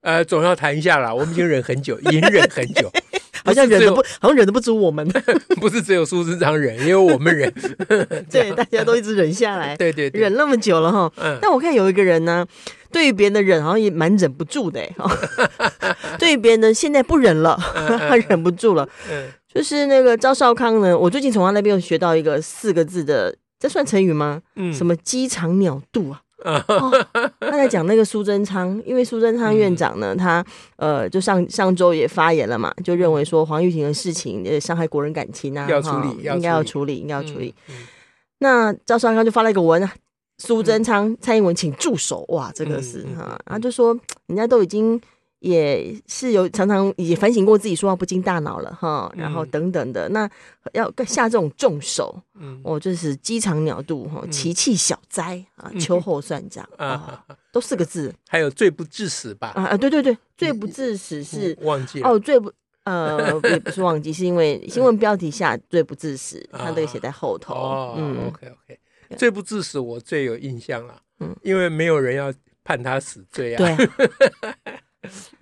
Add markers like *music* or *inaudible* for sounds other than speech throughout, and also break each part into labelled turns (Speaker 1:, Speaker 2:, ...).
Speaker 1: 呃，总要谈一下啦。我们已经忍很
Speaker 2: *laughs*
Speaker 1: 久，隐忍很久，
Speaker 2: 好像忍
Speaker 1: 不是只
Speaker 2: 的
Speaker 1: 有
Speaker 2: 不，好像忍的不止我们，
Speaker 1: 不是只有苏市长忍，也有我们忍。
Speaker 2: *laughs* 对，大家都一直忍下来，
Speaker 1: 对对对，
Speaker 2: 忍那么久了哈。
Speaker 1: 嗯，
Speaker 2: 但我看有一个人呢，对于别人的忍好像也蛮忍不住的哎，
Speaker 1: *laughs*
Speaker 2: 对于别人的现在不忍了，他忍不住了
Speaker 1: 嗯。
Speaker 2: 就是那个赵少康呢，我最近从他那边又学到一个四个字的，这算成语吗？
Speaker 1: 嗯
Speaker 2: 什么鸡肠鸟肚啊？
Speaker 1: 啊
Speaker 2: 哦、他在讲那个苏贞昌，因为苏贞
Speaker 1: 嗯
Speaker 2: 昌院长呢，他呃，就上上周也发言了嘛，就认为说黄玉婷的事情呃伤害国人感情啊，
Speaker 1: 要处理
Speaker 2: 哈
Speaker 1: 要
Speaker 2: 应该要
Speaker 1: 处
Speaker 2: 处理，应该要处理。
Speaker 1: 嗯嗯
Speaker 2: 那赵少康就发了一个文啊，苏贞昌、蔡英文请住手，哇，这个
Speaker 1: 嗯
Speaker 2: 是
Speaker 1: 嗯
Speaker 2: 哈
Speaker 1: 嗯，
Speaker 2: 然后就说人家都已经也是有常常也反省过自己说话不经大脑了哈，然后
Speaker 1: 嗯
Speaker 2: 等等的，那要下这种重手
Speaker 1: 嗯
Speaker 2: 哦，就是鸡肠鸟肚哈，
Speaker 1: 嗯
Speaker 2: 其气小哉啊，
Speaker 1: 嗯
Speaker 2: 秋后算账
Speaker 1: 啊
Speaker 2: 啊，都四个字
Speaker 1: 还有罪不至死吧？
Speaker 2: 啊啊，对对对，罪不至
Speaker 1: 嗯
Speaker 2: 死是
Speaker 1: 我忘记了。
Speaker 2: 哦，罪不。呃，也不是忘记，是因为新闻标题下“罪不至死”，他这个写在后头。
Speaker 1: 啊哦、
Speaker 2: 嗯
Speaker 1: o，k OK，罪不至死我最有印象了，
Speaker 2: 嗯
Speaker 1: 因为没有人要判他死罪啊，
Speaker 2: 对啊，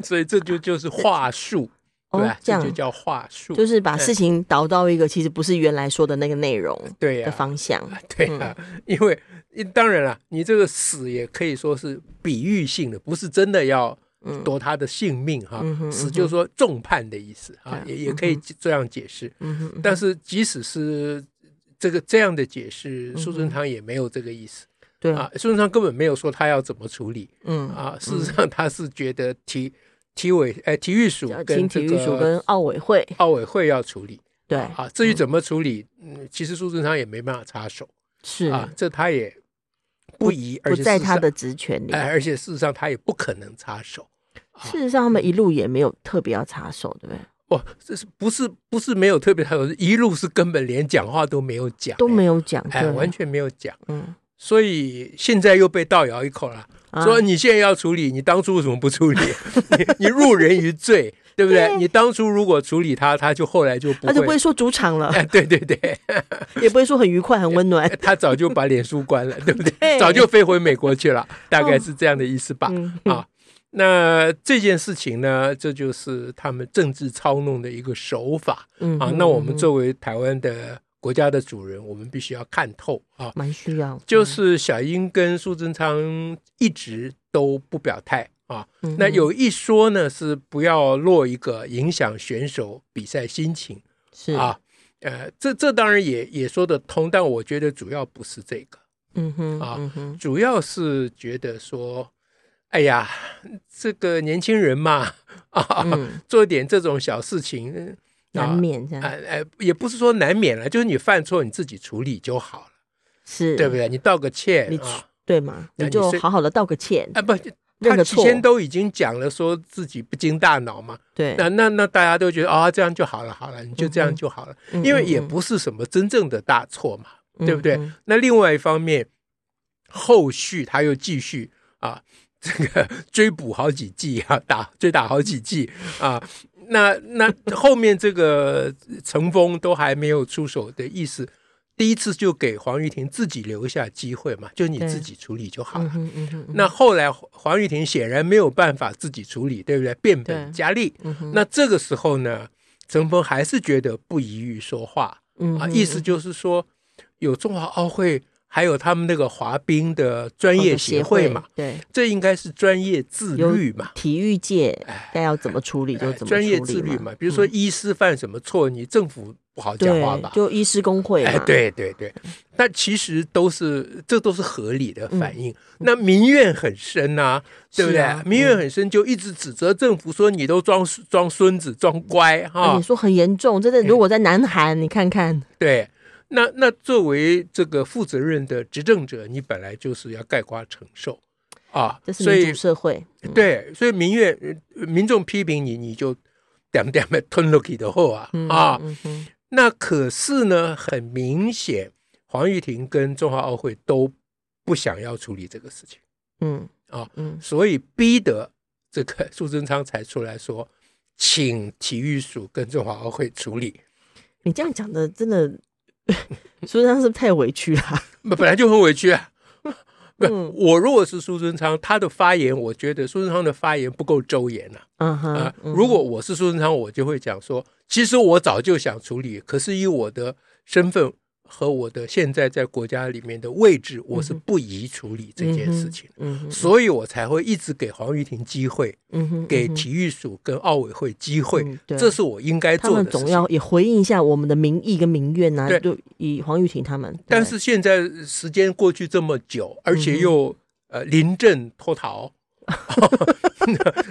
Speaker 1: 所以这就就是话术，
Speaker 2: 哦
Speaker 1: *laughs* 对吧？啊
Speaker 2: 这样
Speaker 1: 就叫话术，
Speaker 2: 就是把事情导到一个其实不是原来说的那个内容
Speaker 1: 对呀、
Speaker 2: 的方嗯向。
Speaker 1: *laughs* 对啊，因为当然了，你这个死也可以说是比喻性的，不是真的要
Speaker 2: 嗯
Speaker 1: 夺他的性命哈。
Speaker 2: 嗯哼
Speaker 1: 死
Speaker 2: 嗯
Speaker 1: 就
Speaker 2: 哼
Speaker 1: 是说重判的意思啊
Speaker 2: 啊，
Speaker 1: 也也可以
Speaker 2: 嗯
Speaker 1: 这样解释。
Speaker 2: 嗯哼，嗯
Speaker 1: 但是即使是这个这样的解释，苏
Speaker 2: 嗯
Speaker 1: 贞
Speaker 2: 哼
Speaker 1: 昌也没有这个意思
Speaker 2: 对，
Speaker 1: 啊。苏贞昌根本没有说他要怎么处理
Speaker 2: 嗯，
Speaker 1: 啊。事实上，他是觉得体体委呃体育署跟
Speaker 2: 请
Speaker 1: 这
Speaker 2: 体育署
Speaker 1: 个
Speaker 2: 跟奥委会
Speaker 1: 奥委会要处理
Speaker 2: 对
Speaker 1: 啊。至于怎么处理，嗯，其实苏贞昌也没办法插手。
Speaker 2: 是
Speaker 1: 啊，这他也不疑，而
Speaker 2: 不
Speaker 1: 且
Speaker 2: 在
Speaker 1: 事
Speaker 2: 他
Speaker 1: 实
Speaker 2: 的职权里
Speaker 1: 上，。哎，而且事实上他也不可能插手。啊
Speaker 2: 事实上，他们一路也没有特别要插手，对不对？
Speaker 1: 哦，这是不是不是没有特别插手？是一路是根本连讲话都没有讲，
Speaker 2: 都没
Speaker 1: 有，
Speaker 2: 有讲，
Speaker 1: 哎，
Speaker 2: 对，
Speaker 1: 完全没有讲。
Speaker 2: 嗯
Speaker 1: 所以现在又被倒咬一口了，
Speaker 2: 啊
Speaker 1: 说你现在要处理，你当初为什么不处
Speaker 2: *laughs*
Speaker 1: 理？你你入人于罪，对不对？你当初如果处理他，他就后来就不
Speaker 2: 他就不
Speaker 1: 会
Speaker 2: 会。说主场了，
Speaker 1: 哎，啊对对对，
Speaker 2: 也不会说很愉快、很温
Speaker 1: *laughs*
Speaker 2: 暖。
Speaker 1: 他早就把脸书关了，对不对？
Speaker 2: 对哦
Speaker 1: 早就飞回美国去了，大概是这样的意思吧。
Speaker 2: 嗯，
Speaker 1: 啊。那这件事情呢，这就是他们政治操弄的一个手法
Speaker 2: 嗯
Speaker 1: 啊。那我们作为台湾的国家的主人，我们必须要看透啊。
Speaker 2: 蛮需要，嗯
Speaker 1: 就是小英跟苏贞昌一直都不表态啊。
Speaker 2: 嗯
Speaker 1: 那有一说呢，是不要落一个影响选手比赛心情
Speaker 2: 是，
Speaker 1: 啊。呃，这这当然也也说得通，但我觉得主要不是这个。
Speaker 2: 嗯哼，
Speaker 1: 啊
Speaker 2: 嗯哼，
Speaker 1: 主要是觉得说，哎呀，这个年轻人嘛，啊，
Speaker 2: 嗯，
Speaker 1: *laughs* 做点这种小事情，嗯
Speaker 2: 难免这样，
Speaker 1: 啊，哎、哎也不是说难免了，就是你犯错你自己处理就好了，
Speaker 2: 是，
Speaker 1: 对不？对？你道个歉
Speaker 2: 你
Speaker 1: 啊，
Speaker 2: 对嘛，你
Speaker 1: 那你
Speaker 2: 就是好好的道个歉，
Speaker 1: 啊不。
Speaker 2: 认
Speaker 1: 他
Speaker 2: 个
Speaker 1: 提前
Speaker 2: 错，
Speaker 1: 都已经讲了，说自己不经大脑嘛，
Speaker 2: 对，
Speaker 1: 那那那大家都觉得啊、这样就好了，好了，你就
Speaker 2: 嗯
Speaker 1: 这样
Speaker 2: 嗯
Speaker 1: 就好了，
Speaker 2: 嗯
Speaker 1: 因为也
Speaker 2: 嗯嗯
Speaker 1: 不是什么真正的大错嘛，对不对
Speaker 2: 嗯嗯
Speaker 1: 那另外一方面，后续他又继续啊，这个追捕好几季啊，打追打好几季啊。那
Speaker 2: *laughs*
Speaker 1: 那后面这个陈峰都还没有出手的意思，第一次就给黄玉婷自己留下机会嘛，就你
Speaker 2: 对
Speaker 1: 自己处理就好
Speaker 2: 嗯
Speaker 1: 了。
Speaker 2: 哼嗯哼，
Speaker 1: 那后来黄玉婷显然没有办法自己处理，对不对？变本
Speaker 2: 对
Speaker 1: 加厉。
Speaker 2: 嗯哼
Speaker 1: 那这个时候呢，陈峰还是觉得不宜于说话，
Speaker 2: 嗯
Speaker 1: 啊，
Speaker 2: 哼
Speaker 1: 意思就是说，有中华奥会，还有他们那个滑冰的专业协会嘛，，啊
Speaker 2: 嗯对，
Speaker 1: 这应该是专业自律嘛，
Speaker 2: 体育界该要怎么处理就
Speaker 1: 哎
Speaker 2: 怎么
Speaker 1: 专业
Speaker 2: 处理
Speaker 1: 自律
Speaker 2: 嘛，嗯
Speaker 1: 嘛。比如说医师犯什么错，你政府不好讲话
Speaker 2: 对
Speaker 1: 吧，？
Speaker 2: 就医师工会
Speaker 1: 哎，
Speaker 2: 嘛，
Speaker 1: 对对对，那其实都是这都是合理的反应。那民怨很深呐、对不
Speaker 2: 嗯是
Speaker 1: 对？
Speaker 2: 啊
Speaker 1: 民怨很深，就一直指责政府说你都装装孙子、装乖哈。
Speaker 2: 而啊且说很严重，
Speaker 1: 哎
Speaker 2: 真的，如果在南韩，你看看，
Speaker 1: 对，那那作为这个负责任的执政者，你本来就是要概括承受啊，
Speaker 2: 这是
Speaker 1: 所
Speaker 2: 民
Speaker 1: 以
Speaker 2: 主社会。
Speaker 1: 对，所以民乐呃民众批评你，你就点点的吞落去的后啊啊，
Speaker 2: 嗯哼，
Speaker 1: 那可是呢，很明显，黄玉婷跟中华奥会都不想要处理这个事情，
Speaker 2: 嗯
Speaker 1: 啊
Speaker 2: 嗯
Speaker 1: 所以逼得这个 *laughs* 苏贞昌才出来说，请体育署跟中华奥会处理。
Speaker 2: 你这样讲的真
Speaker 1: *laughs*
Speaker 2: 的，苏贞昌是不是太委屈了。 *laughs*
Speaker 1: 那本来就很委屈啊。不
Speaker 2: 嗯，
Speaker 1: 我如果是苏贞昌，他的发言，我觉得苏贞昌的发言不够周延呐、
Speaker 2: 嗯
Speaker 1: 啊。
Speaker 2: 哼，嗯
Speaker 1: 如果我是苏贞昌，我就会讲说，其实我早就想处理，可是以我的身份和我的现在在国家里面的位置，我是不宜处理这件事情，，
Speaker 2: 嗯哼
Speaker 1: 所以我才会一直给黄玉婷机会，
Speaker 2: 嗯哼，
Speaker 1: 给
Speaker 2: 嗯哼
Speaker 1: 体育署跟奥委会机会，
Speaker 2: 嗯对
Speaker 1: 这是我应该
Speaker 2: 他
Speaker 1: 做
Speaker 2: 们
Speaker 1: 的事
Speaker 2: 总
Speaker 1: 情。
Speaker 2: 要也回应一下我们的民意跟民怨呐、
Speaker 1: 对
Speaker 2: 就以黄玉婷他们，对
Speaker 1: 但是现在时间过去这么久，而且又、
Speaker 2: 嗯
Speaker 1: 呃临阵脱逃，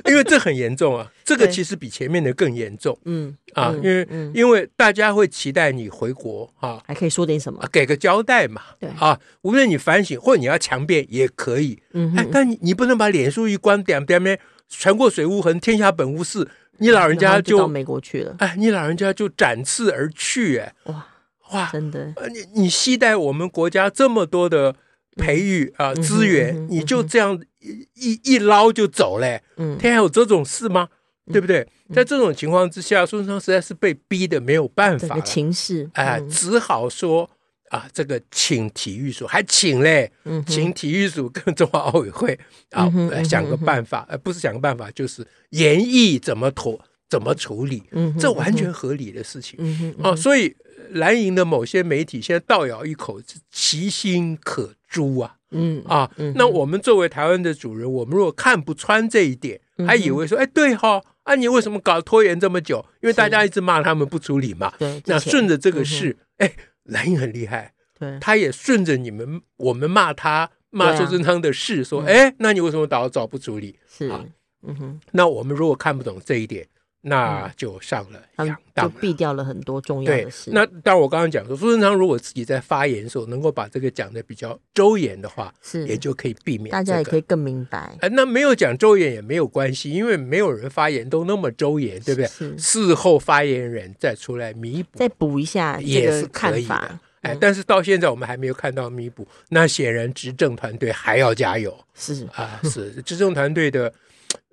Speaker 1: 因为这很严重啊，这个
Speaker 2: 对
Speaker 1: 其实比前面的更严重
Speaker 2: 嗯
Speaker 1: 啊，
Speaker 2: 嗯
Speaker 1: 因为、
Speaker 2: 嗯
Speaker 1: 因为大家会期待你回国啊。
Speaker 2: 还可以说点什么
Speaker 1: 啊，给个交代嘛，
Speaker 2: 嗯对
Speaker 1: 啊，无论你反省或你要强辩也可以，
Speaker 2: 嗯
Speaker 1: 哎
Speaker 2: 哼，，
Speaker 1: 但你你不能把脸书一关，点点点，船过水无痕，天下本无事，你老人
Speaker 2: 然
Speaker 1: 家
Speaker 2: 后
Speaker 1: 就
Speaker 2: 到美国去了，
Speaker 1: 哎，你老人家就展翅而去，哎，
Speaker 2: 哇，
Speaker 1: 哇，
Speaker 2: 真的，
Speaker 1: 呃，你你期待我们国家这么多的培育啊、
Speaker 2: 哼
Speaker 1: 资源，
Speaker 2: 嗯哼
Speaker 1: 你就这样一一一捞就走嘞？
Speaker 2: 嗯
Speaker 1: 天，还有这种事吗？对不对？在这种情况之下，苏贞昌实在是被逼的没有办
Speaker 2: 整
Speaker 1: 法
Speaker 2: 个
Speaker 1: 了，
Speaker 2: 情势，
Speaker 1: 哎、
Speaker 2: 嗯
Speaker 1: 只好说啊，这个请体育署，还请嘞，
Speaker 2: 嗯哼，
Speaker 1: 请体育署跟中华奥委会啊、
Speaker 2: 嗯哼
Speaker 1: 来
Speaker 2: 嗯哼
Speaker 1: 想个
Speaker 2: 嗯哼
Speaker 1: 办法，呃，不是想个办法，就是研议怎么妥怎么处理，
Speaker 2: 嗯哼
Speaker 1: 这完全，合理的事情。
Speaker 2: 嗯哼，嗯
Speaker 1: 哦，
Speaker 2: 哼
Speaker 1: 所以呃蓝营的某些媒体现在倒咬一口，其心可诛啊
Speaker 2: 嗯
Speaker 1: 啊！
Speaker 2: 嗯
Speaker 1: 那我们作为台湾的主人，我们如果看不穿这一点，
Speaker 2: 嗯
Speaker 1: 还以为说，哎，对哈、啊，你为什么搞拖延这么久？因为大家一直骂他们不处理嘛。
Speaker 2: 对，之
Speaker 1: 那
Speaker 2: 前
Speaker 1: 顺着这个事，
Speaker 2: 嗯
Speaker 1: 哎，蓝营很厉害，
Speaker 2: 对，
Speaker 1: 他也顺着你们我们骂他骂
Speaker 2: 对啊嗯
Speaker 1: 周正昌的事，说，哎，那你为什么早早不处理？
Speaker 2: 是
Speaker 1: 啊，
Speaker 2: 嗯哼，
Speaker 1: 那我们如果看不懂这一点，那
Speaker 2: 嗯
Speaker 1: 就上了
Speaker 2: 他们
Speaker 1: 洋
Speaker 2: 就
Speaker 1: 当
Speaker 2: 避掉了很多重要
Speaker 1: 对
Speaker 2: 的，事，
Speaker 1: 那但我刚刚讲说，苏贞昌如果自己在发言的时候能够把这个讲的比较周延的话，
Speaker 2: 是
Speaker 1: 也就可以避免、这个。
Speaker 2: 大家也可以更明白，
Speaker 1: 哎，那没有讲周延也没有关系，因为没有人发言都那么周延，对不对？
Speaker 2: 是
Speaker 1: 事后发言人再出来弥补
Speaker 2: 再补一下这
Speaker 1: 也是
Speaker 2: 个
Speaker 1: 可
Speaker 2: 看
Speaker 1: 以的
Speaker 2: 法。。嗯
Speaker 1: 哎，但是到现在我们还没有看到弥补，那显然执政团队还要加油
Speaker 2: 是， *laughs*
Speaker 1: 啊！是执政团队的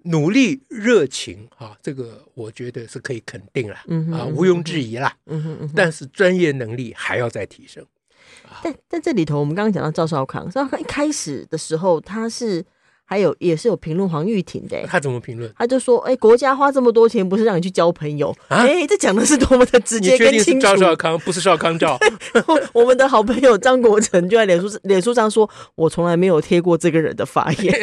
Speaker 1: 努力热情啊，这个我觉得是可以肯定了
Speaker 2: 嗯哼
Speaker 1: 啊，
Speaker 2: 嗯
Speaker 1: 毋庸置疑啦。
Speaker 2: 嗯哼嗯哼。
Speaker 1: 但是专业能力还要再提升。
Speaker 2: 但但这里头，我们刚刚讲到赵少康，赵少康一开始的时候，他是还有也是有评论黄玉婷的、欸
Speaker 1: 他怎么评 *laughs* 论？
Speaker 2: 他就说：“哎、国家花这么多钱，不是让你去交朋友？哎、
Speaker 1: 啊
Speaker 2: 这讲的是多么的直
Speaker 1: 你
Speaker 2: 接
Speaker 1: 确
Speaker 2: 跟
Speaker 1: 定是
Speaker 2: 清楚
Speaker 1: 赵。少康，不是邵康照？
Speaker 2: *laughs* 我们的好朋友张国成就在脸书脸书上说：‘我从来没有贴过这个人的发言，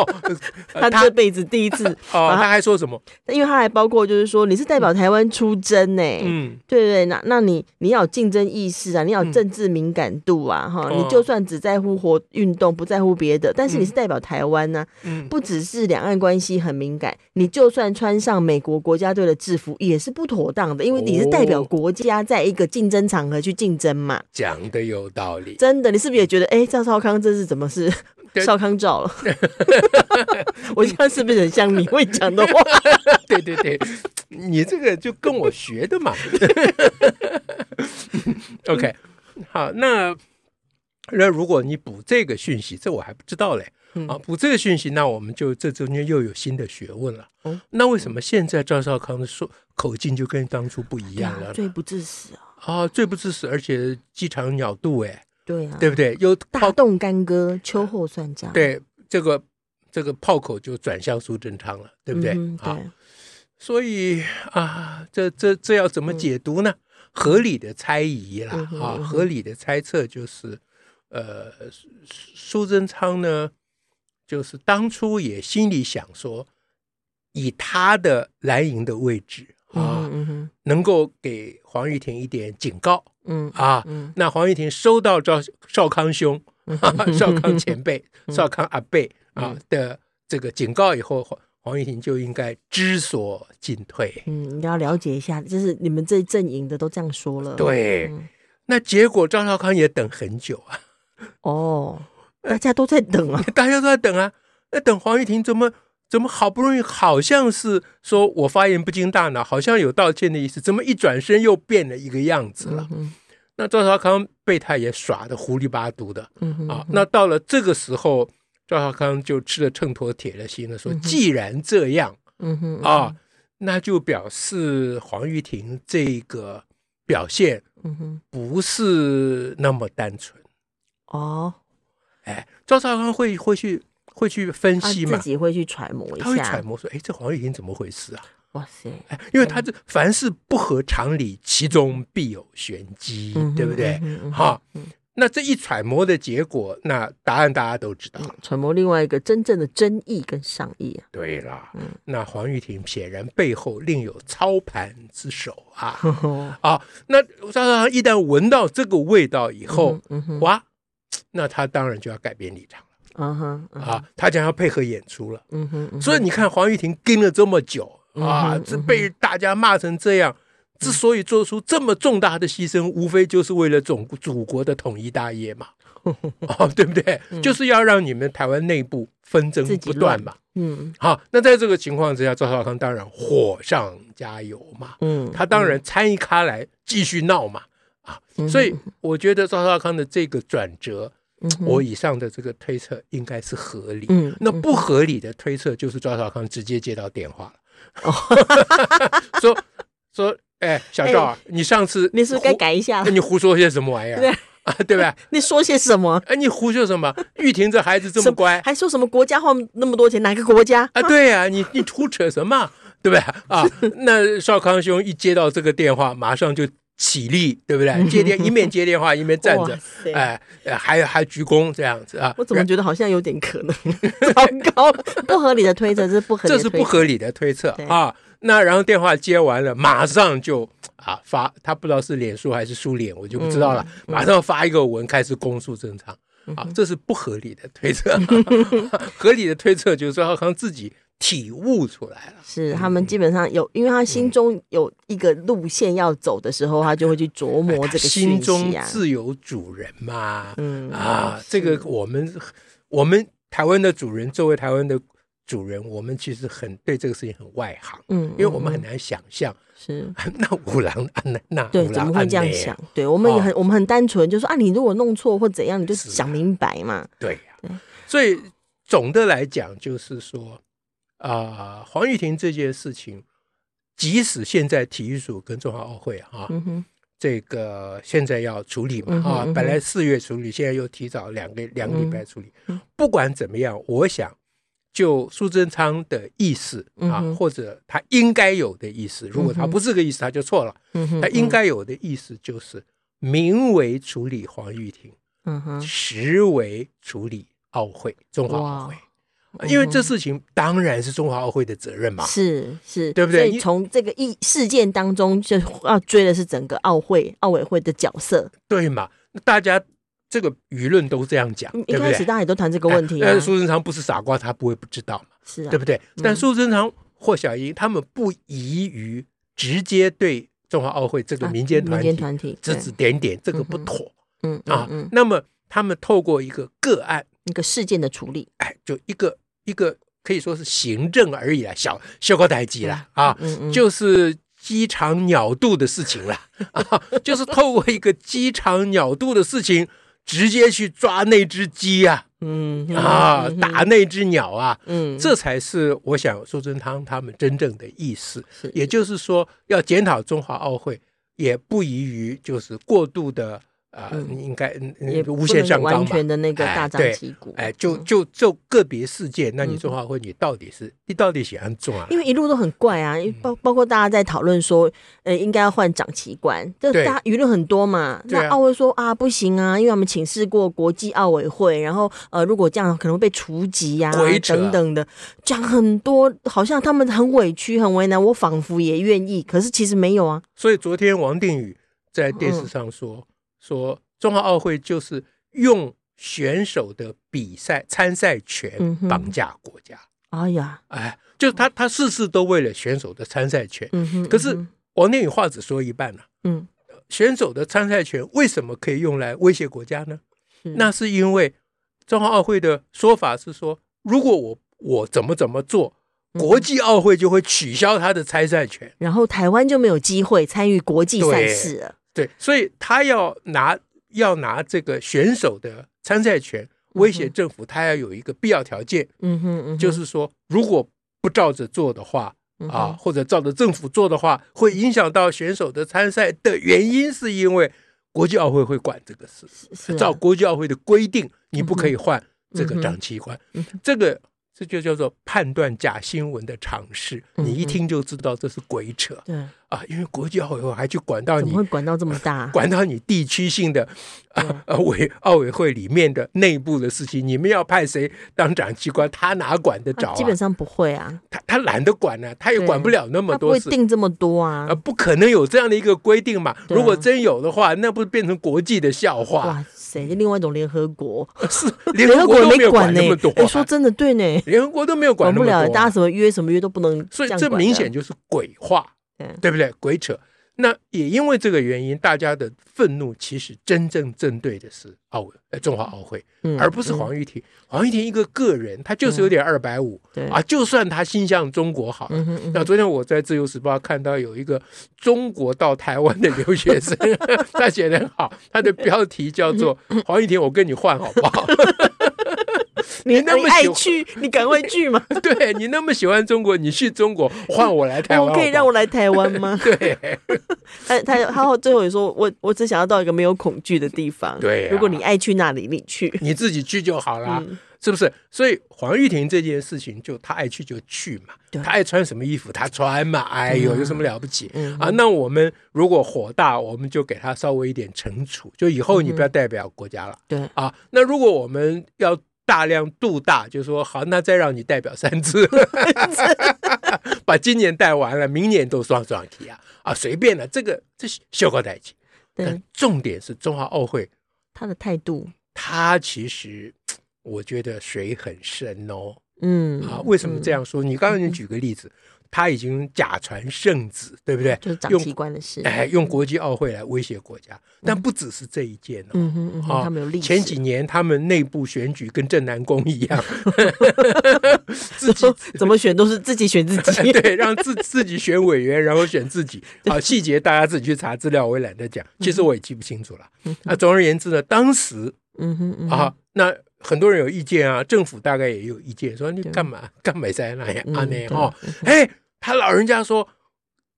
Speaker 1: *laughs*
Speaker 2: *laughs*
Speaker 1: 呃
Speaker 2: 他这辈子第一次。
Speaker 1: 哦，他还说什 *laughs* 么？’
Speaker 2: 因为他还包括就是说，你是代表台湾出征呢、欸
Speaker 1: 嗯，
Speaker 2: 对对，那那你你要有竞争意识啊，你要有政治敏感度啊，哈、
Speaker 1: 哦
Speaker 2: 你就算只在乎活运动，不在乎别的，但是你是代表台湾呢、
Speaker 1: *laughs* 嗯
Speaker 2: 不只是两岸关系很敏感，你就算穿上美国国家队的制服也是不妥当的，因为你是代
Speaker 1: 哦
Speaker 2: 表国家在一个竞争场合去竞争嘛。
Speaker 1: 讲的有道理。
Speaker 2: 真的，你是不是也觉得，哎，赵少康这是怎么是
Speaker 1: *laughs* 对
Speaker 2: 少康照了？ *laughs* 我现在是不是很像你会讲的话？
Speaker 1: *laughs* 对对对，你这个就跟我学 *laughs* 的嘛。OK，好，那那如果你补这个讯息，这我还不知道嘞。啊，补这个讯息，那我们就这中间又有新的学问了。
Speaker 2: 哦
Speaker 1: 那为什么现在赵少康的说口径就跟当初不一样了呢？
Speaker 2: 罪不至死啊！
Speaker 1: 啊，罪不至死，而且鸡肠鸟肚，哎，
Speaker 2: 对啊，
Speaker 1: 对不对？又
Speaker 2: 大
Speaker 1: 炮
Speaker 2: 动干戈，秋后算账。
Speaker 1: 对这个这个炮口就转向苏贞昌了，对不对？
Speaker 2: 嗯哼
Speaker 1: 啊，所以啊，这这这要怎么解读呢？合理的猜疑啦
Speaker 2: 嗯，哼
Speaker 1: 啊
Speaker 2: 嗯，哼
Speaker 1: 合理的猜测就是，呃，苏苏贞昌呢，就是当初也心里想说，以他的蓝营的位置
Speaker 2: 对，
Speaker 1: 啊，
Speaker 2: 嗯哼
Speaker 1: 能够给黄玉婷一点警告
Speaker 2: 嗯哼
Speaker 1: 啊，
Speaker 2: 嗯
Speaker 1: 那黄玉婷收到赵少康兄、少康前辈、
Speaker 2: 嗯
Speaker 1: 少康阿贝啊
Speaker 2: 嗯
Speaker 1: 的这个警告以后，黄黄玉婷就应该知所进退。
Speaker 2: 嗯，你要了解一下，就是你们这阵营的都这样说了，
Speaker 1: 对，
Speaker 2: 嗯
Speaker 1: 那结果赵少康也等很久啊， *laughs*
Speaker 2: 哦，大家都在等啊，
Speaker 1: 大家都在等啊。那等黄玉婷怎么怎么好不容易好像是说我发言不经大脑，好像有道歉的意思，怎么一转身又变了一个样子了？
Speaker 2: 嗯
Speaker 1: 那赵少康被他也耍的糊里八涂的
Speaker 2: 嗯
Speaker 1: 啊。那到了这个时候，赵少康就吃了秤砣铁了心了，说既然这样
Speaker 2: 嗯哼
Speaker 1: 啊，那就表示黄玉婷这个表现
Speaker 2: 嗯哼
Speaker 1: 不是那么单纯。
Speaker 2: 哦，
Speaker 1: 哎，赵少康会会去会去分
Speaker 2: 他
Speaker 1: 析
Speaker 2: 啊自
Speaker 1: 嘛，
Speaker 2: 己会去揣摩一
Speaker 1: 他会揣
Speaker 2: 下，
Speaker 1: 摩说，哎，这黄玉婷怎么回事啊？
Speaker 2: 哇塞，
Speaker 1: 哎，
Speaker 2: 嗯
Speaker 1: 因为他这凡事不合常理，其中必有玄机，
Speaker 2: 嗯哼
Speaker 1: 对不对？？
Speaker 2: 嗯哼嗯哼
Speaker 1: 哈、那这一揣摩的结果，那答案大家都知道。
Speaker 2: 揣摩另外一个真正的真意跟上意啊，
Speaker 1: 对了
Speaker 2: 嗯，
Speaker 1: 那黄玉婷显然背后另有操盘之手啊！
Speaker 2: 呵呵
Speaker 1: 啊，那赵少康一旦闻到这个味道以后，，
Speaker 2: 嗯哼，
Speaker 1: 哇，那他当然就要改变立场了
Speaker 2: 嗯哼，嗯哼，
Speaker 1: 啊，他将要配合演出了。
Speaker 2: 嗯哼，嗯哼
Speaker 1: 所以你看，黄玉婷跟了这么久
Speaker 2: 嗯
Speaker 1: 啊
Speaker 2: 哼，
Speaker 1: 这
Speaker 2: 嗯哼
Speaker 1: 被大家骂成这样，之所以做出这么重大的牺牲，无非就是为了总祖国的统一大
Speaker 2: *laughs*
Speaker 1: 业嘛，哦，对不对？就是要让你们台湾内部纷争
Speaker 2: 嗯自己
Speaker 1: 不断
Speaker 2: 乱
Speaker 1: 嘛。
Speaker 2: 嗯
Speaker 1: 好，那在这个情况之下，赵少康当然火上加油嘛，
Speaker 2: 嗯，
Speaker 1: 他当然参一咖来继续闹嘛。啊，
Speaker 2: 嗯
Speaker 1: 所以我觉得赵少康的这个转折，
Speaker 2: 嗯哼
Speaker 1: 我以上的这个推测应该是合理。
Speaker 2: 嗯
Speaker 1: 那
Speaker 2: 嗯
Speaker 1: 不合理的推测就是赵少康直接接到电话
Speaker 2: 哦
Speaker 1: 了， *laughs* 说说，哎，小赵啊，你上次
Speaker 2: 你是不是该改一下
Speaker 1: 胡，？你胡说些什么玩意儿
Speaker 2: 对
Speaker 1: *laughs* 啊？对吧？
Speaker 2: 你说些什么？
Speaker 1: 哎，你胡说什么？玉婷这孩子这么乖
Speaker 2: 还说什么国家花那么多钱？哪个国家？
Speaker 1: 啊？对呀、你你胡扯什么？对不对啊？那少康兄一接到这个电话，马上就起立，对不对？接
Speaker 2: *laughs*
Speaker 1: 电一面接电话一面站
Speaker 2: 哇
Speaker 1: 着，
Speaker 2: 塞！
Speaker 1: 哎，呃还还鞠躬这样子啊。
Speaker 2: 我怎么觉得好像有点可能？ *laughs* 糟
Speaker 1: *laughs*
Speaker 2: 糕，不合理的推测，这是不合理的推测，
Speaker 1: 这是不合理的推测
Speaker 2: 对
Speaker 1: 啊。那然后电话接完了，马上就啊发，他不知道是脸书还是书脸，我就不知道了。
Speaker 2: 嗯
Speaker 1: 马上发一个文开始公诉正常啊，这是不合理的
Speaker 2: *laughs*
Speaker 1: 推测。 *laughs* 合理的推测就是说，好像自己体悟出来了。
Speaker 2: 是他
Speaker 1: 嗯
Speaker 2: 们基本上有，因为他心中有一个路线要走的时候，他就会去琢
Speaker 1: 哎
Speaker 2: 磨
Speaker 1: 他
Speaker 2: 这个
Speaker 1: 心
Speaker 2: 讯
Speaker 1: 中
Speaker 2: 息啊。
Speaker 1: 自有主人嘛，
Speaker 2: 嗯
Speaker 1: 啊，这个我们我们台湾的主人，作为台湾的主人，我们其实很对这个事情很外行，
Speaker 2: 嗯，
Speaker 1: 因为我
Speaker 2: 嗯
Speaker 1: 们很难想象 *laughs*
Speaker 2: 是
Speaker 1: 那五郎安那那
Speaker 2: 对
Speaker 1: 五，
Speaker 2: 怎
Speaker 1: 郎
Speaker 2: 么会
Speaker 1: 安
Speaker 2: 这样
Speaker 1: 内啊
Speaker 2: 想？？对我们也很我们很单纯，就说啊，你如果弄错或怎样，你就是
Speaker 1: 啊
Speaker 2: 想明白嘛。
Speaker 1: 对呀、
Speaker 2: 对
Speaker 1: 所以总的来讲，就是说，啊、黄玉婷这件事情，即使现在体育署跟中华奥会啊，
Speaker 2: 嗯哼，
Speaker 1: 这个现在要处理嘛
Speaker 2: 嗯哼
Speaker 1: 啊
Speaker 2: 嗯，哼
Speaker 1: 本来四月处理，现在又提早两个两个礼拜处理
Speaker 2: 嗯。
Speaker 1: 不管怎么样，我想就苏贞昌的意思啊
Speaker 2: 嗯，哼
Speaker 1: 或者他应该有的意思，如果他
Speaker 2: 嗯哼
Speaker 1: 不是个意思，他就错了。
Speaker 2: 嗯哼，
Speaker 1: 他应该有的意思就是名为处理黄玉婷，
Speaker 2: 嗯哼，
Speaker 1: 实为处理奥会中华奥会，
Speaker 2: 哇嗯
Speaker 1: 因为这事情当然是中华奥会的责任嘛。
Speaker 2: 是是，
Speaker 1: 对不对
Speaker 2: 所
Speaker 1: 你
Speaker 2: 以从这个一事件当中，就要追的是整个奥会奥委会的角色。
Speaker 1: 对嘛？那大家这个舆论都这样讲，
Speaker 2: 嗯一
Speaker 1: 对不
Speaker 2: 开始
Speaker 1: 对？
Speaker 2: 大家也都谈这个问题啊
Speaker 1: 但，是苏贞昌不是傻瓜，他不会不知道嘛，
Speaker 2: 是啊
Speaker 1: 对，不对？但苏贞昌、霍小英他们不宜于直接对中华奥会这个
Speaker 2: 啊
Speaker 1: 民间团
Speaker 2: 民间
Speaker 1: 体
Speaker 2: 团体，
Speaker 1: 指
Speaker 2: 对
Speaker 1: 指点点，这个
Speaker 2: 嗯
Speaker 1: 不
Speaker 2: 哼
Speaker 1: 妥
Speaker 2: 嗯
Speaker 1: 啊
Speaker 2: 嗯。嗯，
Speaker 1: 那么他们透过一个个案，
Speaker 2: 一个事件的处理，
Speaker 1: 哎，就一个一个可以说是行政而已啦，小修高台级啦啊，
Speaker 2: 嗯嗯，
Speaker 1: 就是机场鸟渡的事情啦， *laughs* 啊，就是透过一个机场鸟渡的事情，直接去抓那只鸡啊
Speaker 2: 嗯
Speaker 1: 啊，打那只鸟啊，
Speaker 2: 嗯
Speaker 1: 这才是我想苏贞昌他们真正的意思。
Speaker 2: 是
Speaker 1: 也就是说，要检讨中华奥会，也不宜于就是过度的啊，呃
Speaker 2: 嗯
Speaker 1: 应该嗯嗯
Speaker 2: 也
Speaker 1: 无限上
Speaker 2: 不能
Speaker 1: 纲
Speaker 2: 完
Speaker 1: 嘛。
Speaker 2: 全的那个大张
Speaker 1: 哎对
Speaker 2: 旗鼓，
Speaker 1: 哎，就
Speaker 2: 嗯
Speaker 1: 就就个别事件，那你
Speaker 2: 嗯
Speaker 1: 中华会你到底是你到底喜欢中啊？
Speaker 2: 因为一路都很怪
Speaker 1: 嗯
Speaker 2: 啊，因为包包括大家在讨论说，呃，应该要换长旗官，这
Speaker 1: 对
Speaker 2: 大家舆论很多嘛。
Speaker 1: 对啊
Speaker 2: 那奥会说啊，不行啊，因为我们请示过国际奥委会，然后呃，如果这样可能会被除籍啊
Speaker 1: 鬼扯
Speaker 2: 等等的，讲很多，好像他们很委屈、很为难，我仿佛也愿意，可是其实没有啊。
Speaker 1: 所以昨天王定宇在电
Speaker 2: 嗯
Speaker 1: 视上说、说中华奥会就是用选手的比赛参赛
Speaker 2: 嗯
Speaker 1: 权
Speaker 2: 哼
Speaker 1: 绑架国家，
Speaker 2: 哎呀，
Speaker 1: 哎，就是他他事事都为了选手的参赛权。
Speaker 2: 嗯哼，
Speaker 1: 可是
Speaker 2: 嗯
Speaker 1: 王定宇话只说一半了、
Speaker 2: 嗯
Speaker 1: 选手的参赛权为什么可以用来威胁国家呢？
Speaker 2: 是
Speaker 1: 那是因为中华奥会的说法是说，如果我我怎么怎么做，国际奥会就会取消他的参赛权。
Speaker 2: 嗯然后台湾就没有机会参与国际赛事了。
Speaker 1: 对，所以他要拿要拿这个选手的参赛权威胁政府，他要有一个必要条件，
Speaker 2: 嗯哼嗯哼，
Speaker 1: 就是说，如果不照着做的话，
Speaker 2: 嗯哼
Speaker 1: 啊，，或者照着政府做的话，会影响到选手的参赛的原因，是因为国际奥会会管这个事，
Speaker 2: 是啊
Speaker 1: 照国际奥会的规定，你不可以换这个长期官，
Speaker 2: 嗯
Speaker 1: 这个这就叫做判断假新闻的尝试。
Speaker 2: 嗯哼
Speaker 1: 你一听就知道这是鬼扯
Speaker 2: 对，
Speaker 1: 啊，因为国际奥委会还去管到
Speaker 2: 怎
Speaker 1: 你
Speaker 2: 么会管到这么大？
Speaker 1: *laughs* 管到你地区性的
Speaker 2: 对
Speaker 1: *laughs* 啊呃委奥委会里面的内部的事情，你们要派谁当长机关，他哪管得着
Speaker 2: 他
Speaker 1: 啊？
Speaker 2: 基本上不会啊，
Speaker 1: 他他懒得管呢、他也
Speaker 2: 对
Speaker 1: 管不了那么
Speaker 2: 他不
Speaker 1: 多
Speaker 2: 会
Speaker 1: 事。
Speaker 2: 定这么多啊
Speaker 1: 啊，。不可能有这样的一个规定嘛！
Speaker 2: 对啊
Speaker 1: 如果真有的话，那不是变成国际的笑话？
Speaker 2: 哇塞，另外一种联合国，
Speaker 1: *laughs* 是联合国都没
Speaker 2: 没
Speaker 1: 有管
Speaker 2: 呢
Speaker 1: 那么多、。啊
Speaker 2: 哎说真的，对呢，
Speaker 1: 联合国都没有管
Speaker 2: 管
Speaker 1: 那
Speaker 2: 不
Speaker 1: 么多、啊
Speaker 2: 了，大家什么约什么约都不能。
Speaker 1: 所以这明显，就是鬼话，
Speaker 2: 对啊
Speaker 1: 对不对？鬼扯。那也因为这个原因，大家的愤怒其实真正针对的是奥呃中华奥会，
Speaker 2: 嗯
Speaker 1: 而不是
Speaker 2: 嗯
Speaker 1: 黄玉婷。黄玉婷一个个人，她就是有点二百五
Speaker 2: 对
Speaker 1: 啊，就算她心向中国好了。
Speaker 2: 嗯哼嗯
Speaker 1: 那
Speaker 2: 哼，
Speaker 1: 昨天我在《自由时报》看到有一个中国到台湾的留学生， *laughs* 他写的很好，他的标题叫做“黄玉婷，我跟你换好不好
Speaker 2: 你
Speaker 1: 那么
Speaker 2: 你爱
Speaker 1: 喜欢
Speaker 2: 去，
Speaker 1: *laughs*
Speaker 2: 你赶快去嘛！”
Speaker 1: 对你那么喜欢中国，你去中国换我来台湾好
Speaker 2: 我
Speaker 1: 不
Speaker 2: *laughs*
Speaker 1: 好，？
Speaker 2: 可以让我来台湾吗
Speaker 1: *laughs* 对
Speaker 2: 他他他最后也说，我我只想要到一个没有恐惧的地方。
Speaker 1: 对啊啊
Speaker 2: 如果你爱去哪里，你去。
Speaker 1: 你自己去就好啦。
Speaker 2: 嗯，
Speaker 1: 是不是？所以黄玉婷这件事情，就她爱去就去嘛，
Speaker 2: 对
Speaker 1: 她爱穿什么衣服她穿嘛，哎呦，
Speaker 2: 嗯
Speaker 1: 有什么了不起？
Speaker 2: 嗯
Speaker 1: 啊，那我们如果火大，我们就给她稍微一点惩处，就以后你不要代表国家了。
Speaker 2: 嗯对
Speaker 1: 啊，那如果我们要大量度大，就说好，那再让你代表三次， *laughs* 把今年带完了，明年都双双提啊啊，随便了，这个这是小高代起。
Speaker 2: 对
Speaker 1: 但，重点是中华奥会，
Speaker 2: 他的态度，
Speaker 1: 它其实我觉得水很深哦。
Speaker 2: 嗯，
Speaker 1: 啊，为什么这
Speaker 2: 样？
Speaker 1: 样说？你刚刚你举个例子，他已经假传圣旨，对不对？
Speaker 2: 嗯就是长
Speaker 1: 用
Speaker 2: 期官的事。
Speaker 1: 哎，用国际奥会来威胁国家，但不只是这一件哦。
Speaker 2: 嗯哼嗯哼，
Speaker 1: 啊
Speaker 2: 他们有历史。
Speaker 1: 前几年他们内部选举跟郑南宫一
Speaker 2: *laughs*
Speaker 1: 样，自己
Speaker 2: 怎么选都是自己选自己。
Speaker 1: *laughs* 对让自自己选委员，然后选自己。啊，细节大家自己去查资料，我也懒得讲。其实我也记不清楚了。那总而言之呢，当时
Speaker 2: 嗯哼嗯嗯哼，
Speaker 1: 啊，那很多人有意见啊，政府大概也有意见，说你
Speaker 2: 对
Speaker 1: 干嘛干嘛在那呀
Speaker 2: 嗯
Speaker 1: 啊那
Speaker 2: 对
Speaker 1: 哈，哎，他老人家说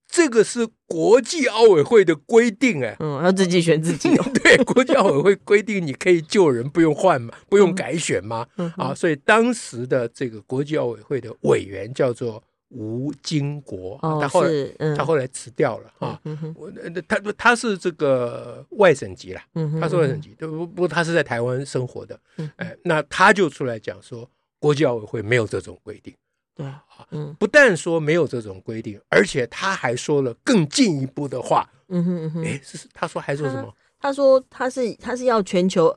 Speaker 1: 这个是国际奥委会的规定哎。
Speaker 2: 嗯，要自己选自己哦。
Speaker 1: *laughs*
Speaker 2: *laughs*
Speaker 1: 对，国际奥委会规定你可以救人，不用换嘛，不用改选嘛。
Speaker 2: 嗯
Speaker 1: 啊，所以当时的这个国际奥委会的委员叫做吴金国，啊
Speaker 2: 哦，
Speaker 1: 他后来
Speaker 2: 是，嗯，
Speaker 1: 他后来辞掉了啊。
Speaker 2: 嗯哼，
Speaker 1: 我呃他他是这个外省籍啦，
Speaker 2: 嗯哼，
Speaker 1: 他是外省籍，对不不过他是在台湾生活的
Speaker 2: 嗯，
Speaker 1: 哎，那他就出来讲说，国际奥委会没有这种规定，
Speaker 2: 对，
Speaker 1: 啊
Speaker 2: 嗯
Speaker 1: 不但说没有这种规定，而且他还说了更进一步的话，
Speaker 2: 嗯哼嗯哼，
Speaker 1: 哎，是是他说还说什么？
Speaker 2: 他说他是他是要全球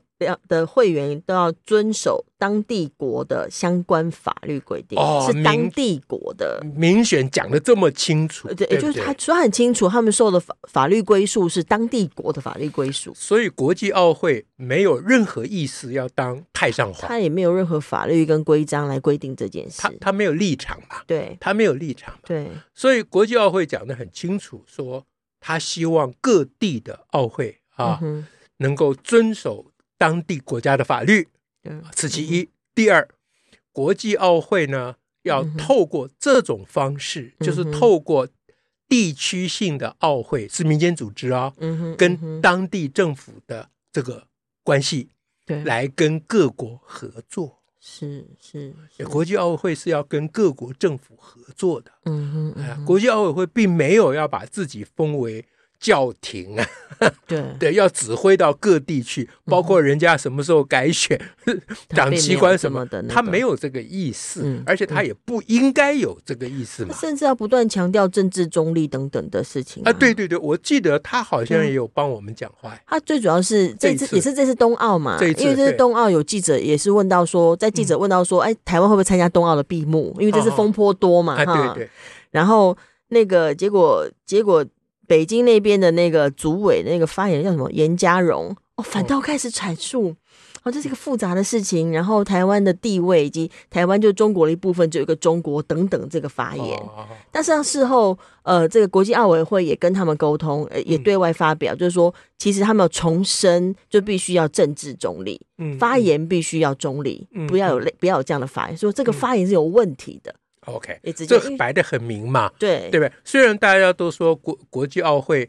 Speaker 2: 的会员都要遵守当地国的相关法律规定，
Speaker 1: 哦
Speaker 2: 是当
Speaker 1: 明
Speaker 2: 地国的。
Speaker 1: 民选讲的这么清楚，
Speaker 2: 呃
Speaker 1: 对
Speaker 2: 对，
Speaker 1: 不
Speaker 2: 就
Speaker 1: 对，
Speaker 2: 是他说他很清楚，他们受的法法律归属是当地国的法律归属，
Speaker 1: 所以国际奥会没有任何意思要当太上皇，
Speaker 2: 他也没有任何法律跟规章来规定这件
Speaker 1: 他
Speaker 2: 事。
Speaker 1: 他没有立场嘛，
Speaker 2: 对
Speaker 1: 他没有立场嘛，
Speaker 2: 对，
Speaker 1: 所以国际奥会讲的很清楚，说他希望各地的奥会啊
Speaker 2: 嗯，哼
Speaker 1: 能够遵守当地国家的法律，
Speaker 2: 嗯
Speaker 1: 此其一。第二，国际奥会呢要
Speaker 2: 嗯哼
Speaker 1: 透过这种方式，就是
Speaker 2: 嗯哼
Speaker 1: 透过地区性的奥会是民间组织哦，
Speaker 2: 嗯哼，嗯
Speaker 1: 跟
Speaker 2: 哼
Speaker 1: 当地政府的这个关系
Speaker 2: 对
Speaker 1: 来跟各国合作。
Speaker 2: 是是，是
Speaker 1: 国际奥委会是要跟各国政府合作的，
Speaker 2: 嗯哼
Speaker 1: 哎呀
Speaker 2: 嗯哼，
Speaker 1: 国际奥委会并没有要把自己封为教廷啊， *laughs*
Speaker 2: 对
Speaker 1: 对，要指挥到各地去，包括人家什么时候改选、
Speaker 2: 嗯他
Speaker 1: 长
Speaker 2: 并
Speaker 1: 机
Speaker 2: 没有
Speaker 1: 关
Speaker 2: 这
Speaker 1: 什么
Speaker 2: 么的那
Speaker 1: 他
Speaker 2: 个
Speaker 1: 没有这个意思，
Speaker 2: 嗯
Speaker 1: 而且他也不应该有这个意思
Speaker 2: 他
Speaker 1: 嘛。
Speaker 2: 甚至要不断强调政治中立等等的事情
Speaker 1: 啊，对。对对，我记得他好
Speaker 2: 嗯
Speaker 1: 像也有帮我们讲话，
Speaker 2: 他最主要是
Speaker 1: 这
Speaker 2: 这
Speaker 1: 一
Speaker 2: 次
Speaker 1: 次
Speaker 2: 也是这次冬奥嘛，
Speaker 1: 这一次
Speaker 2: 因为这次
Speaker 1: 对嗯
Speaker 2: 冬奥有记者也是问到说，在记者问到说，哎，台湾会不会参加冬奥的闭幕？因为这次
Speaker 1: 哦哦
Speaker 2: 风波多嘛，
Speaker 1: 啊，对对，
Speaker 2: 然后那个结果结果，北京
Speaker 1: 哦
Speaker 2: 那边的那个组委那个发言人叫什么严家荣哦，反倒开始阐述哦，这是一个复杂的事情。然后台湾的地位以及台湾就中国的一部分，就有一个中国等等这个发言。
Speaker 1: 哦
Speaker 2: 但是事后，呃，这个国际奥委会也跟他们沟通，呃，
Speaker 1: 嗯
Speaker 2: 也对外发表，就是说，其实他们有重申，就必须要政治中立，
Speaker 1: 嗯
Speaker 2: 发言必须要中立，
Speaker 1: 嗯
Speaker 2: 不要有类不要有这样的发言，说这个发言是有问题的，
Speaker 1: OK，
Speaker 2: 也直接
Speaker 1: 这
Speaker 2: 因为
Speaker 1: 摆的很明嘛，
Speaker 2: 对
Speaker 1: 对不对？虽然大家都说国国际奥会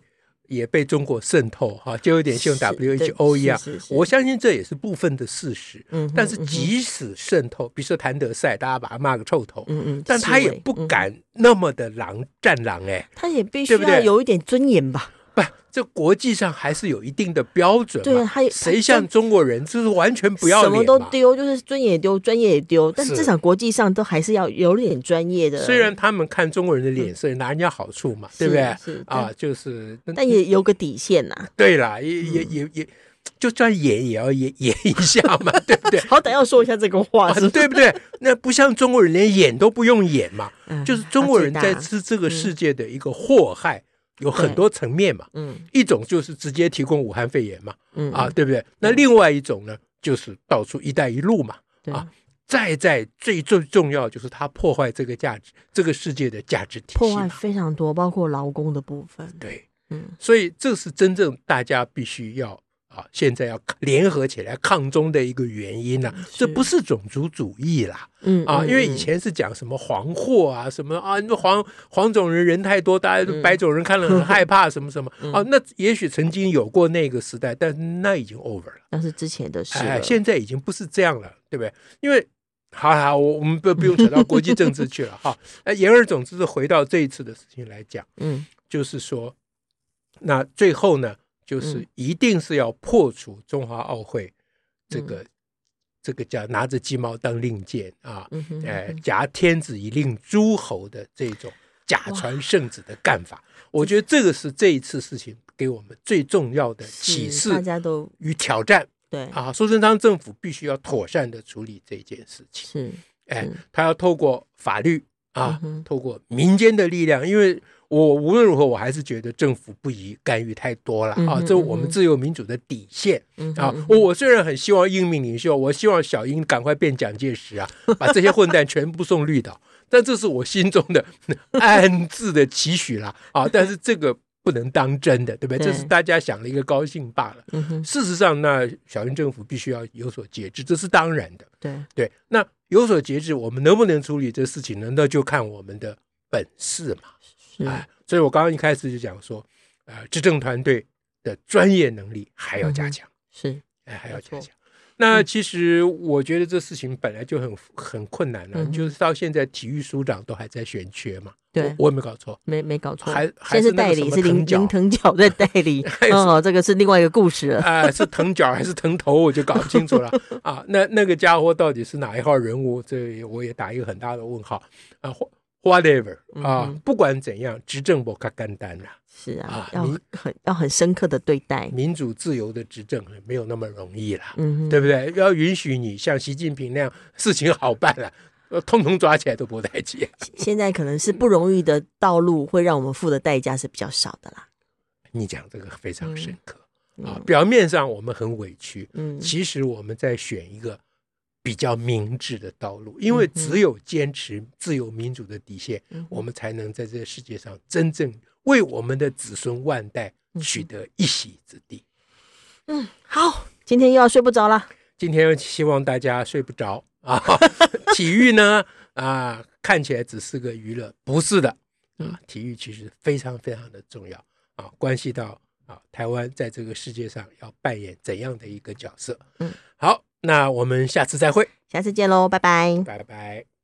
Speaker 1: 也被中国渗透哈，就有点像
Speaker 2: 是
Speaker 1: WHO 一样，
Speaker 2: 对是是是
Speaker 1: 我相信这也是部分的事实。
Speaker 2: 嗯哼
Speaker 1: 但是
Speaker 2: 嗯哼
Speaker 1: 即使渗透，比如说谭德赛，大家把他骂个臭头，
Speaker 2: 嗯嗯，
Speaker 1: 但他
Speaker 2: 世
Speaker 1: 也
Speaker 2: 卫
Speaker 1: 不
Speaker 2: 嗯
Speaker 1: 敢那么的狼战狼哎、
Speaker 2: 他也必须
Speaker 1: 对不
Speaker 2: 要
Speaker 1: 对
Speaker 2: 有一点尊严吧？
Speaker 1: 不，这国际上还是有一定的标准嘛。
Speaker 2: 对啊他也
Speaker 1: 谁
Speaker 2: 他
Speaker 1: 像中国人就是完全不要
Speaker 2: 什
Speaker 1: 脸嘛
Speaker 2: 么都丢，就是尊严也丢，专业也丢，但
Speaker 1: 是
Speaker 2: 至少国际上都还是要有点专业的，嗯
Speaker 1: 虽然他们看中国人的脸色，拿人家好处嘛，
Speaker 2: 是
Speaker 1: 对不对？
Speaker 2: 是
Speaker 1: 啊，就是那
Speaker 2: 但也有个底线呐、
Speaker 1: 对啦，也
Speaker 2: 嗯
Speaker 1: 也也也，就算演也要演演一下
Speaker 2: *laughs*
Speaker 1: 嘛，对不对？
Speaker 2: 好歹要说一下这个话
Speaker 1: 啊
Speaker 2: 是不是，
Speaker 1: 对
Speaker 2: *laughs*
Speaker 1: 不对？那不像中国人连演都不用演嘛，
Speaker 2: 嗯
Speaker 1: 就是中国人
Speaker 2: 要
Speaker 1: 在
Speaker 2: 最大嗯
Speaker 1: 吃这个世界的一个祸害，有很多层面嘛。
Speaker 2: 嗯
Speaker 1: 一种就是直接提供武汉肺炎嘛，
Speaker 2: 嗯
Speaker 1: 啊，，对不对？那另外一种呢，就是到处“一带一路”嘛，
Speaker 2: 对
Speaker 1: 啊，再在最最重要就是它破坏这个价值，这个世界的啊价值体
Speaker 2: 破
Speaker 1: 系
Speaker 2: 坏
Speaker 1: 嘛。
Speaker 2: 非常多，包括劳工的部分，
Speaker 1: 对，
Speaker 2: 嗯，
Speaker 1: 所以这是真正大家必须要啊，现在要联合起来抗中的一个原因呢、这不是种族主义啦，
Speaker 2: 嗯
Speaker 1: 啊，
Speaker 2: 嗯
Speaker 1: 因为
Speaker 2: 嗯
Speaker 1: 以前是讲什么黄祸啊，什么啊，那黄黄种人人太多，大家都
Speaker 2: 嗯
Speaker 1: 白种人看了很害怕，什么什么啊，那也许曾经有过那个时代，但那已经 over 了，
Speaker 2: 那是之前的事
Speaker 1: 哎，
Speaker 2: 了，
Speaker 1: 现在已经不是这样了，对不对？因为好好，我我们不不用扯到国际政治去了哈。哎，言而总之是回到这一次的事情来讲，
Speaker 2: 嗯
Speaker 1: 就是说，那最后呢，就是
Speaker 2: 嗯
Speaker 1: 一定是要破除中华奥会这个、这个叫拿着鸡毛当令箭啊，
Speaker 2: 嗯哼，
Speaker 1: 呃，
Speaker 2: 嗯
Speaker 1: 挟天子以令诸侯的这种假传圣旨的干法，我觉得这个是这一次事情给我们最重要的启
Speaker 2: 是大
Speaker 1: 示
Speaker 2: 家都
Speaker 1: 与挑战
Speaker 2: 对，
Speaker 1: 啊！苏贞昌政府必须要妥善的处理这件事情，
Speaker 2: 是
Speaker 1: 哎
Speaker 2: 是，
Speaker 1: 他要透过法律
Speaker 2: 嗯
Speaker 1: 啊，
Speaker 2: 哼
Speaker 1: 透过民间的力量，因为。我无论如何，我还是觉得政府不宜干预太多了、
Speaker 2: 嗯
Speaker 1: 啊，
Speaker 2: 哼
Speaker 1: 这我
Speaker 2: 嗯
Speaker 1: 们
Speaker 2: 哼
Speaker 1: 自由民主的底线。
Speaker 2: 嗯
Speaker 1: 啊
Speaker 2: 哼，
Speaker 1: 我我虽然很希望英明领袖，我希望小英赶快变蒋介石啊， *laughs* 把这些混蛋全部送绿岛，但这是我心中的暗自的期许啦
Speaker 2: *laughs*
Speaker 1: 啊！但是这个不能当真的，对不对？
Speaker 2: 对
Speaker 1: 这是大家想了一个高兴罢了。
Speaker 2: 嗯哼，
Speaker 1: 事实上，那小英政府必须要有所节制，这是当然的。
Speaker 2: 对，
Speaker 1: 对，那有所节制，我们能不能处理这事情呢？那就看我们的本事嘛。
Speaker 2: 是
Speaker 1: 哎，所以我刚刚一开始就讲说，呃，执政团队的专业能力还要加
Speaker 2: 嗯哼
Speaker 1: 强。
Speaker 2: 是，
Speaker 1: 哎，还
Speaker 2: 没
Speaker 1: 要加
Speaker 2: 错嗯
Speaker 1: 强。那其实我觉得这事情本来就很很困难了、
Speaker 2: 嗯哼
Speaker 1: 就是到现在体育署长都还在选缺嘛，
Speaker 2: 对。
Speaker 1: 我我有没有搞错？
Speaker 2: 没没搞错，
Speaker 1: 还还
Speaker 2: 现在是代
Speaker 1: 是那个什
Speaker 2: 理，
Speaker 1: 么
Speaker 2: 是林
Speaker 1: 藤角，
Speaker 2: 林腾角在代理
Speaker 1: *laughs* 是
Speaker 2: 哦，这个是另外一个故事 *laughs* 了。
Speaker 1: 啊、是疼脚还是疼头，我就搞不清楚
Speaker 2: *laughs*
Speaker 1: 了啊。那那个家伙到底是哪一号人物？这也我也打一个很大的问号啊。Whatever 啊、
Speaker 2: 嗯哼
Speaker 1: 不管怎样，执政不卡干单啦、
Speaker 2: 是啊
Speaker 1: 啊，
Speaker 2: 要
Speaker 1: 你
Speaker 2: 很要很深刻的对待，
Speaker 1: 民主自由的执政没有那么容易啦。
Speaker 2: 嗯哼，
Speaker 1: 对不对？要允许你像习近平那样事情好办了、呃通通抓起来都不带劲。
Speaker 2: 现现在可能是不容易的道路，会让我们付的代价是比较少的啦。
Speaker 1: 你讲这个非常深刻、啊
Speaker 2: 嗯！
Speaker 1: 表面上我们很委屈，
Speaker 2: 嗯，
Speaker 1: 其实我们在选一个比较明智的道路，因为
Speaker 2: 嗯哼
Speaker 1: 只有坚持自由民主的底线，
Speaker 2: 嗯
Speaker 1: 我们才能在这个世界上真正为我们的子孙万代
Speaker 2: 嗯
Speaker 1: 取得一席之地。
Speaker 2: 好，今天又要睡不着啦。
Speaker 1: 今天希望大家睡不着
Speaker 2: *laughs*
Speaker 1: 啊！体育呢啊，看起来只是个娱乐，不是的
Speaker 2: 嗯
Speaker 1: 啊，体育其实非常非常的重要啊，关系到啊台湾在这个世界上要扮演怎样的一个角色。
Speaker 2: 嗯，
Speaker 1: 好，那我们下次再会，
Speaker 2: 下次见喽，拜拜。
Speaker 1: 拜拜。